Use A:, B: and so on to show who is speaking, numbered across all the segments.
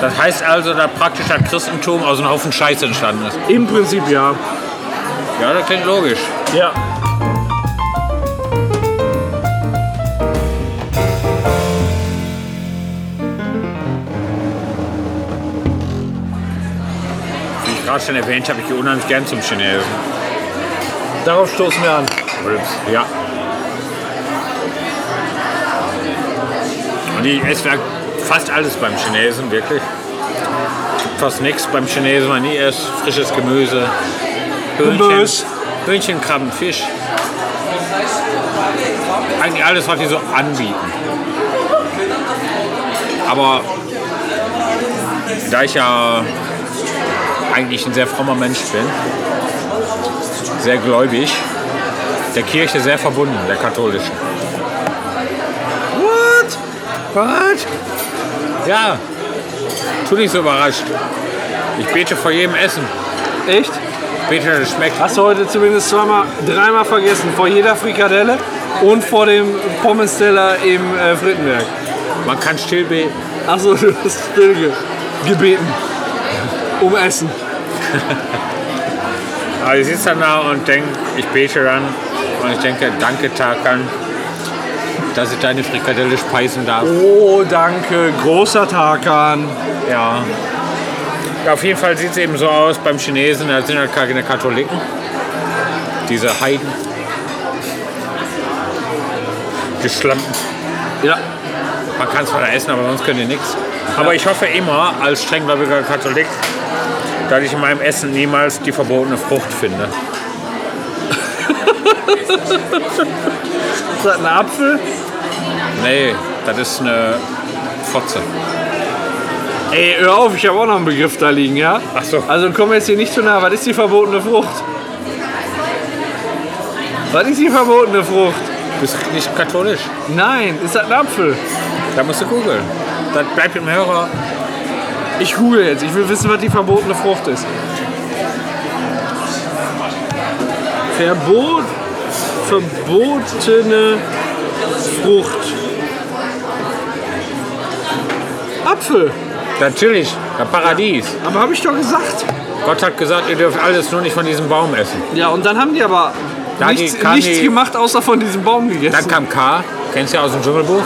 A: Das heißt also, dass praktisch das Christentum aus einem Haufen Scheiß entstanden ist.
B: Im Prinzip ja.
A: Ja, das klingt logisch.
B: Ja.
A: Wie ich gerade schon erwähnt habe, ich gehe unheimlich gern zum Chinesen.
B: Darauf stoßen wir an.
A: Ja. Und ich esse fast alles beim Chinesen, wirklich. Gibt Fast nichts beim Chinesen, man nie erst frisches Gemüse.
B: Gemüse.
A: Hühnchen, Hühnchen, Krabben, Fisch. Eigentlich alles, was die so anbieten. Aber da ich ja eigentlich ein sehr frommer Mensch bin, sehr gläubig, der Kirche sehr verbunden, der katholischen.
B: What? What?
A: Ja, tu dich so überrascht. Ich bete vor jedem Essen.
B: Echt?
A: Ich bete, dass es schmeckt.
B: Hast du heute zumindest zweimal, dreimal vergessen. Vor jeder Frikadelle und vor dem Pommesteller im äh, Frittenwerk.
A: Man kann still beten.
B: Achso, du hast still ge gebeten. Um Essen.
A: Aber ich sitze dann da und denke, ich bete dann und ich denke, danke Tarkan, dass ich deine Frikadelle speisen darf.
B: Oh, danke. Großer Tarkan.
A: Ja. ja auf jeden Fall sieht es eben so aus beim Chinesen, da sind halt keine Katholiken. Diese Heiden. Die Schlampen.
B: Ja.
A: Man kann zwar da essen, aber sonst können die nichts. Aber ich hoffe immer, als strenggläubiger Katholik, dass ich in meinem Essen niemals die verbotene Frucht finde.
B: Ist das ein Apfel?
A: Nee, das ist eine Fotze.
B: Ey, hör auf, ich habe auch noch einen Begriff da liegen, ja?
A: Ach so.
B: Also komm jetzt hier nicht zu nah. Was ist die verbotene Frucht? Was ist die verbotene Frucht?
A: Du bist nicht katholisch.
B: Nein, ist das ein Apfel?
A: Da musst du googeln. Das bleibt dem Hörer.
B: Ich google jetzt. Ich will wissen, was die verbotene Frucht ist. Verbot, verbotene Frucht. Apfel.
A: Natürlich, das Paradies.
B: Aber habe ich doch gesagt.
A: Gott hat gesagt, ihr dürft alles nur nicht von diesem Baum essen.
B: Ja, und dann haben die aber
A: Da die-
B: nichts,
A: kann
B: nichts
A: die-
B: gemacht, außer von diesem Baum
A: Dann
B: gegessen.
A: kam K, kennst du ja aus dem Dschungelbuch,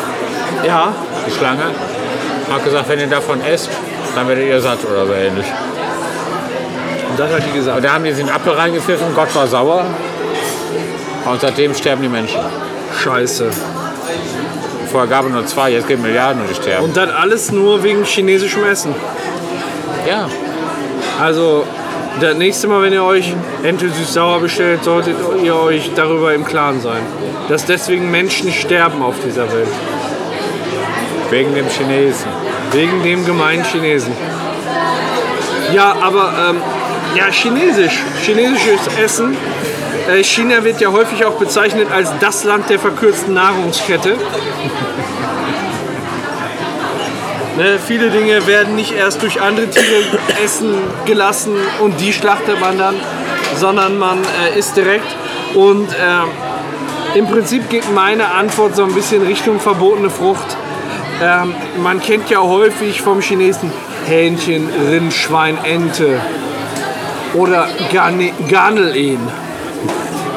B: Ja.
A: die Schlange. Hat gesagt, wenn ihr davon esst, dann werdet ihr satt oder so ähnlich.
B: Und das hat die
A: Und
B: gesagt.
A: da haben die den Apfel reingepfiffen, Gott war sauer. Und seitdem sterben die Menschen.
B: Scheiße.
A: Vorher gab es nur zwei, jetzt gibt es Milliarden und die sterben.
B: Und dann alles nur wegen chinesischem Essen.
A: ja,
B: Also, das nächste Mal, wenn ihr euch Ente süß-sauer bestellt, solltet ihr euch darüber im Klaren sein, dass deswegen Menschen sterben auf dieser Welt.
A: wegen dem Chinesen.
B: Wegen dem gemeinen Chinesen. Ja, aber ähm, ja, chinesisch. Chinesisches Essen. Äh, China wird ja häufig auch bezeichnet als das Land der verkürzten Nahrungskette. ne, viele Dinge werden nicht erst durch andere Tiere essen gelassen und die schlachtet man dann, sondern man äh, isst direkt. Und ähm, im Prinzip geht meine Antwort so ein bisschen Richtung verbotene Frucht. Ähm, man kennt ja häufig vom Chinesen Hähnchen, Rind, Schwein, Ente oder Garne- Garnelen.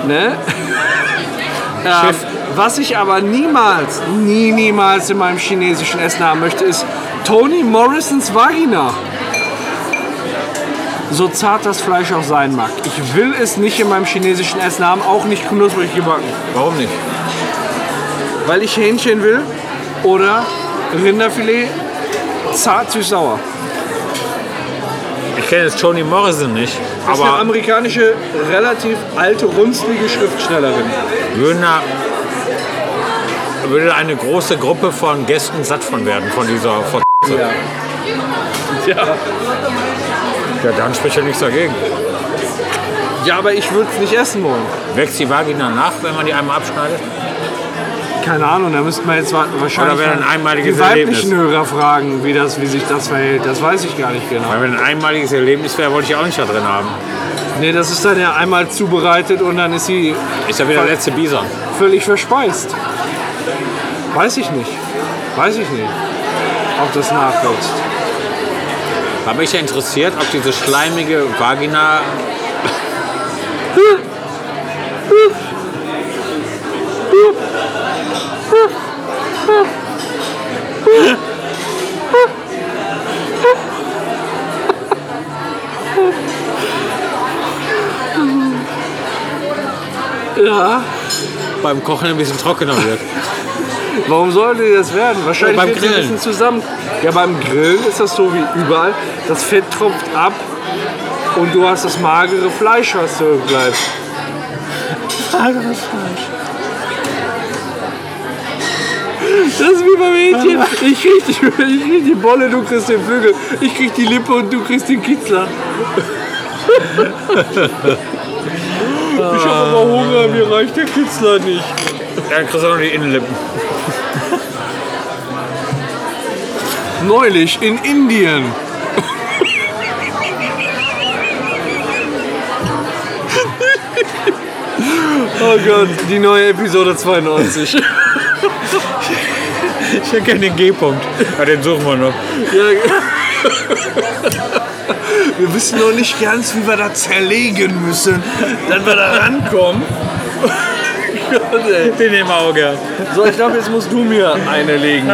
B: Ne? ähm, was ich aber niemals, nie, niemals in meinem chinesischen Essen haben möchte, ist Toni Morrisons Vagina. So zart das Fleisch auch sein mag. Ich will es nicht in meinem chinesischen Essen haben, auch nicht knusprig gebacken
A: Warum nicht?
B: weil ich Hähnchen will oder Rinderfilet zart süß sauer.
A: Ich kenne jetzt Toni Morrison nicht,
B: Das ist eine
A: aber
B: amerikanische, relativ alte, runzlige Schriftstellerin.
A: würden da, würde eine große Gruppe von Gästen satt von werden, von dieser Fotze.
B: Ja. Ja.
A: Ja, dann spricht ja nichts dagegen.
B: ja, aber ich würde es nicht essen wollen.
A: Wächst die Vagina nach, wenn man die einmal abschneidet?
B: Keine Ahnung, da müssten wir jetzt wa- wahrscheinlich
A: Oder wäre ein
B: mal
A: einmaliges
B: die weiblichen
A: Erlebnis.
B: Hörer fragen, wie, das, wie sich das verhält. Das weiß ich gar nicht genau.
A: Weil wenn ein einmaliges Erlebnis wäre, wollte ich auch nicht da drin haben.
B: Nee, das ist dann ja einmal zubereitet und dann ist sie
A: Ist ja wieder der letzte Bison.
B: völlig verspeist. Weiß ich nicht. Weiß ich nicht, ob das nachwächst.
A: War mich ja interessiert, ob diese schleimige Vagina.
B: Ja.
A: beim Kochen ein bisschen trockener wird.
B: Warum sollte die das werden? Wahrscheinlich
A: Beim
B: wird sie ein
A: Grillen.
B: bisschen zusammen. Ja, beim Grillen ist das so wie überall. Das Fett tropft ab und du hast das magere Fleisch, was zurückbleibt. Mageres Fleisch. Das ist wie beim Hähnchen. Ich krieg, die, ich krieg die Bolle, du kriegst den Flügel. Ich krieg die Lippe und du kriegst den Kitzler. Ich habe aber Hunger, mir reicht der Kitzler nicht.
A: Dann kriegst du auch noch die Innenlippen.
B: Neulich in Indien. Oh Gott, die neue Episode 92.
A: Ich erkenne den G-Punkt. Ja, den suchen wir noch.
B: Ja. Wir wissen noch nicht ganz, wie wir da zerlegen müssen, dass wir da rankommen. Oh Gott, ey.
A: Den nehmen wir auch gern.
B: So, ich glaube, jetzt musst du mir eine legen.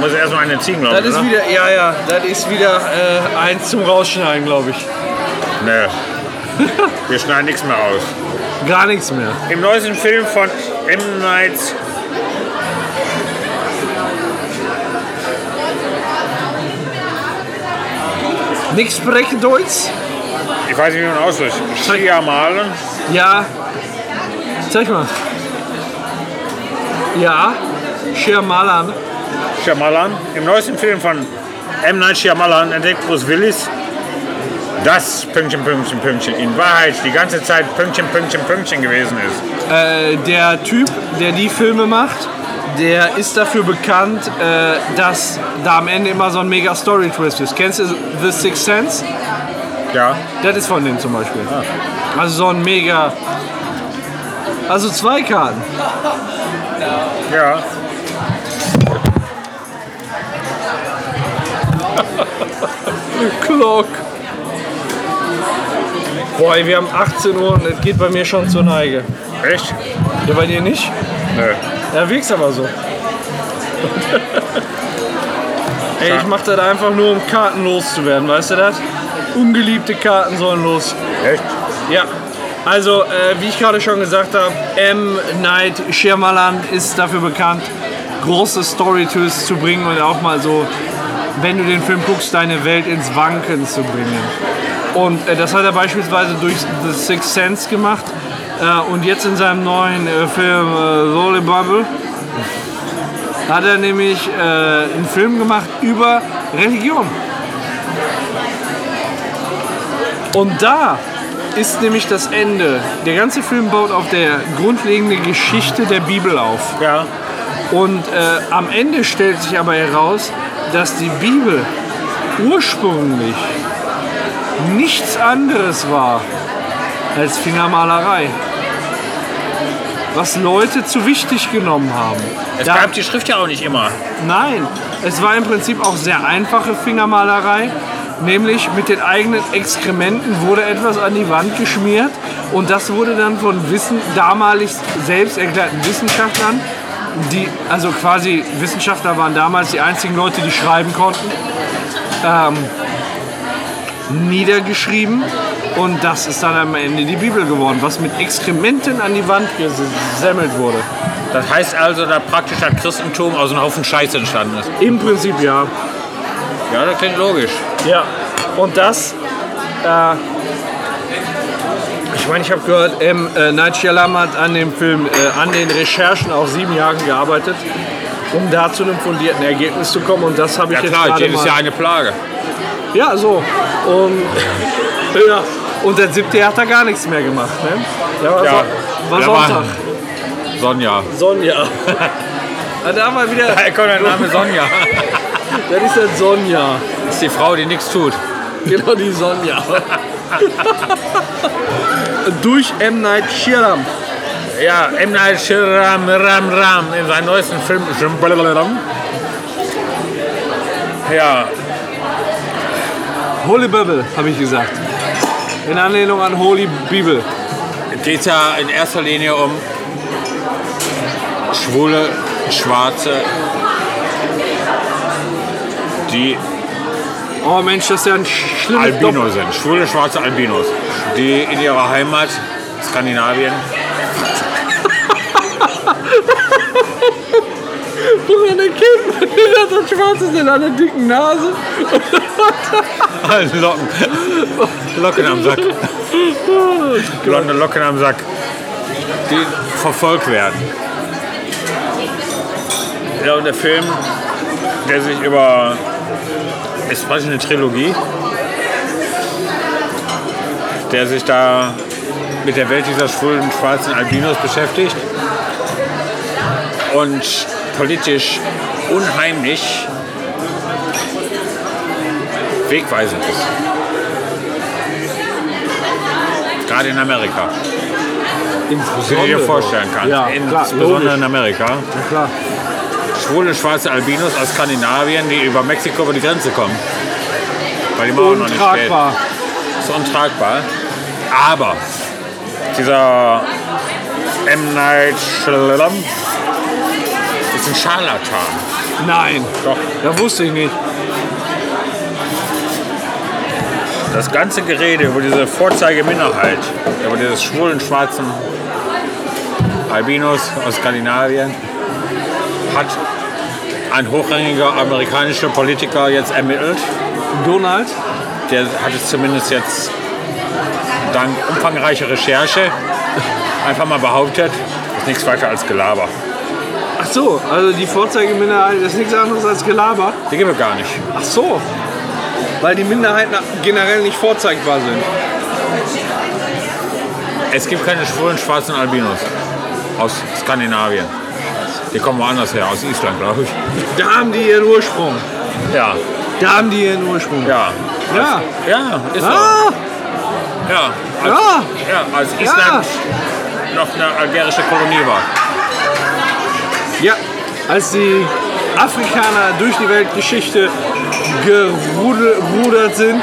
A: Muss erstmal eine ziehen, glaube
B: Das
A: ich.
B: ist
A: oder?
B: wieder, ja, ja, das ist wieder äh, eins zum Rausschneiden, glaube ich.
A: Nee. Wir schneiden nichts mehr aus.
B: Gar nichts mehr.
A: Im neuesten Film von M. Nights.
B: Nichts sprechen Deutsch?
A: Ich weiß nicht, wie man ausspricht. Shyamalan.
B: Ja. Zeig mal. Ja. Shyamalan.
A: Shyamalan. Im neuesten Film von M. Night Shyamalan entdeckt Bruce Willis, dass Pünktchen, Pünktchen, Pünktchen in Wahrheit die ganze Zeit Pünktchen, Pünktchen, Pünktchen gewesen ist.
B: Äh, der Typ, der die Filme macht, der ist dafür bekannt, äh, dass da am Ende immer so ein mega Story-Twist ist. Kennst du The Sixth Sense?
A: Ja.
B: Das ist von dem zum Beispiel. Also so ein mega. Also zwei Karten.
A: Ja.
B: Clock. Boah, ey, wir haben 18 Uhr und es geht bei mir schon zur Neige.
A: Echt?
B: Ja, bei dir nicht?
A: Nö.
B: Ja, wirkst aber so. Ey, ich mach das einfach nur, um Karten loszuwerden, weißt du das? Ungeliebte Karten sollen los.
A: Echt?
B: Ja. Also, äh, wie ich gerade schon gesagt habe, M. Night Shyamalan ist dafür bekannt, große Storytwists zu bringen und auch mal so, wenn du den Film guckst, deine Welt ins Wanken zu bringen. Und äh, das hat er beispielsweise durch The Sixth Sense gemacht äh, und jetzt in seinem neuen äh, Film äh, Lolly Bubble hat er nämlich äh, einen Film gemacht über Religion. Und da ist nämlich das Ende. Der ganze Film baut auf der grundlegenden Geschichte der Bibel auf.
A: Ja.
B: Und äh, am Ende stellt sich aber heraus, dass die Bibel ursprünglich nichts anderes war als Fingermalerei. Was Leute zu wichtig genommen haben.
A: Es
B: Da-
A: gab die Schrift ja auch nicht immer.
B: Nein, es war im Prinzip auch sehr einfache Fingermalerei. Nämlich mit den eigenen Exkrementen wurde etwas an die Wand geschmiert und das wurde dann von Wissen, damalig selbst erklärten Wissenschaftlern, die, also quasi Wissenschaftler waren damals die einzigen Leute, die schreiben konnten, ähm, niedergeschrieben und das ist dann am Ende die Bibel geworden, was mit Exkrementen an die Wand gesemmelt wurde.
A: Das heißt also, dass praktisch das Christentum aus einem Haufen Scheiß entstanden ist.
B: Im Prinzip ja.
A: Ja, das klingt logisch.
B: Ja, und das, äh, ich meine, ich habe gehört, M. Äh, Night Shyamalan hat an dem Film, äh, an den Recherchen auch sieben Jahren gearbeitet, um da zu einem fundierten Ergebnis zu kommen. Und das habe ich
A: Ja
B: jetzt
A: klar,
B: gerade
A: jedes
B: mal...
A: Jahr eine Plage.
B: Ja, so. Und, ja. und der siebte hat da gar nichts mehr gemacht. Ne? Der war,
A: Ja.
B: so, war
A: Der war-
B: Sonntag.
A: Sonja.
B: Sonja. Ah, da mal wieder,
A: Da kommt der Name Sonja.
B: das ist das Sonja.
A: Das ist die Frau, die nichts tut.
B: Genau die Sonja. Durch M. Night Shyamalan.
A: ja, M. Night Shyamalan Ram Ram in seinem neuesten Film. Shyamalan. Ja,
B: Holy Bibble, habe ich gesagt. In Anlehnung an Holy Bibel.
A: geht ja in erster Linie um schwule, schwarze, die
B: Oh Mensch, das ist ja ein sch- schlimmes Doppel-
A: Albino sind. Schwule, schwarze Albinos, die in ihrer Heimat Skandinavien
B: Guck mal, der Kind, der hat so schwarz ist in einer dicken Nase.
A: Locken. Locken am Sack. Blonde Locken am Sack. Die verfolgt werden. Ja, und der Film, der sich über. Ist quasi eine Trilogie. Der sich da mit der Welt dieser schwulen, schwarzen Albinos beschäftigt. Und politisch unheimlich wegweisend ist. Gerade in Amerika. Wie du dir vorstellen kannst.
B: Ja,
A: in,
B: klar,
A: insbesondere
B: logisch.
A: in Amerika.
B: Na klar.
A: Schwule schwarze Albinos aus Skandinavien, die über Mexiko über die Grenze kommen. Weil die Mauer noch nicht steht.
B: Untragbar.
A: Ist untragbar. Aber dieser M. Night Shyamalan ist ein Scharlatan.
B: Nein,
A: Doch.
B: das wusste ich nicht.
A: Das ganze Gerede über diese Vorzeigeminderheit, über dieses schwulen, schwarzen Albinos aus Skandinavien, hat ein hochrangiger amerikanischer Politiker jetzt ermittelt.
B: Donald?
A: Der hat es zumindest jetzt dank umfangreicher Recherche einfach mal behauptet, ist nichts weiter als Gelaber.
B: Ach so, also die Vorzeigeminderheit ist nichts anderes als Gelaber.
A: Die gibt es gar nicht.
B: Ach so. Weil die Minderheiten generell nicht vorzeigbar sind.
A: Es gibt keine schwulen, schwarzen Albinos aus Skandinavien. Die kommen woanders her, aus Island, glaube ich.
B: Da haben die ihren Ursprung.
A: Ja,
B: Da haben die ihren Ursprung.
A: ja.
B: Ja.
A: Ja, ist so.
B: Ah,
A: Ja, als,
B: ja.
A: ja, als Island noch eine algerische Kolonie war.
B: Ja, als die Afrikaner durch die Weltgeschichte gerudert sind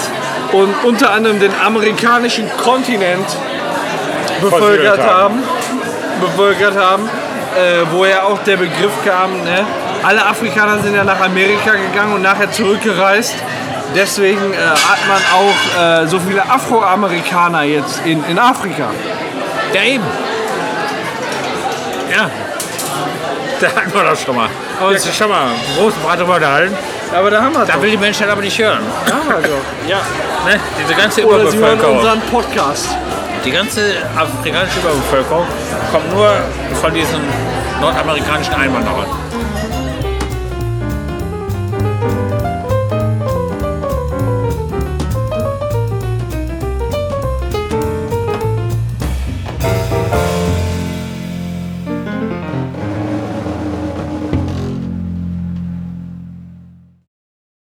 B: und unter anderem den amerikanischen Kontinent bevölkert
A: Versiegelt
B: haben,
A: haben.
B: bevölkert haben äh, wo ja auch der Begriff kam, ne? alle Afrikaner sind ja nach Amerika gegangen und nachher zurückgereist. Deswegen äh, hat man auch äh, so viele Afroamerikaner jetzt in, in Afrika.
A: Ja, eben. Ja. Da hatten wir doch schon mal. Aber ja, schon mal, großen Brat unterhalten.
B: Aber da haben wir
A: Da
B: doch.
A: will die Menschheit aber nicht hören.
B: Da haben wir doch.
A: Ja. Ne? Diese ganze
B: Oder sie hören
A: Überbevölkerung.
B: unseren Podcast.
A: Die ganze afrikanische Überbevölkerung kommt nur von diesen nordamerikanischen Einwanderern.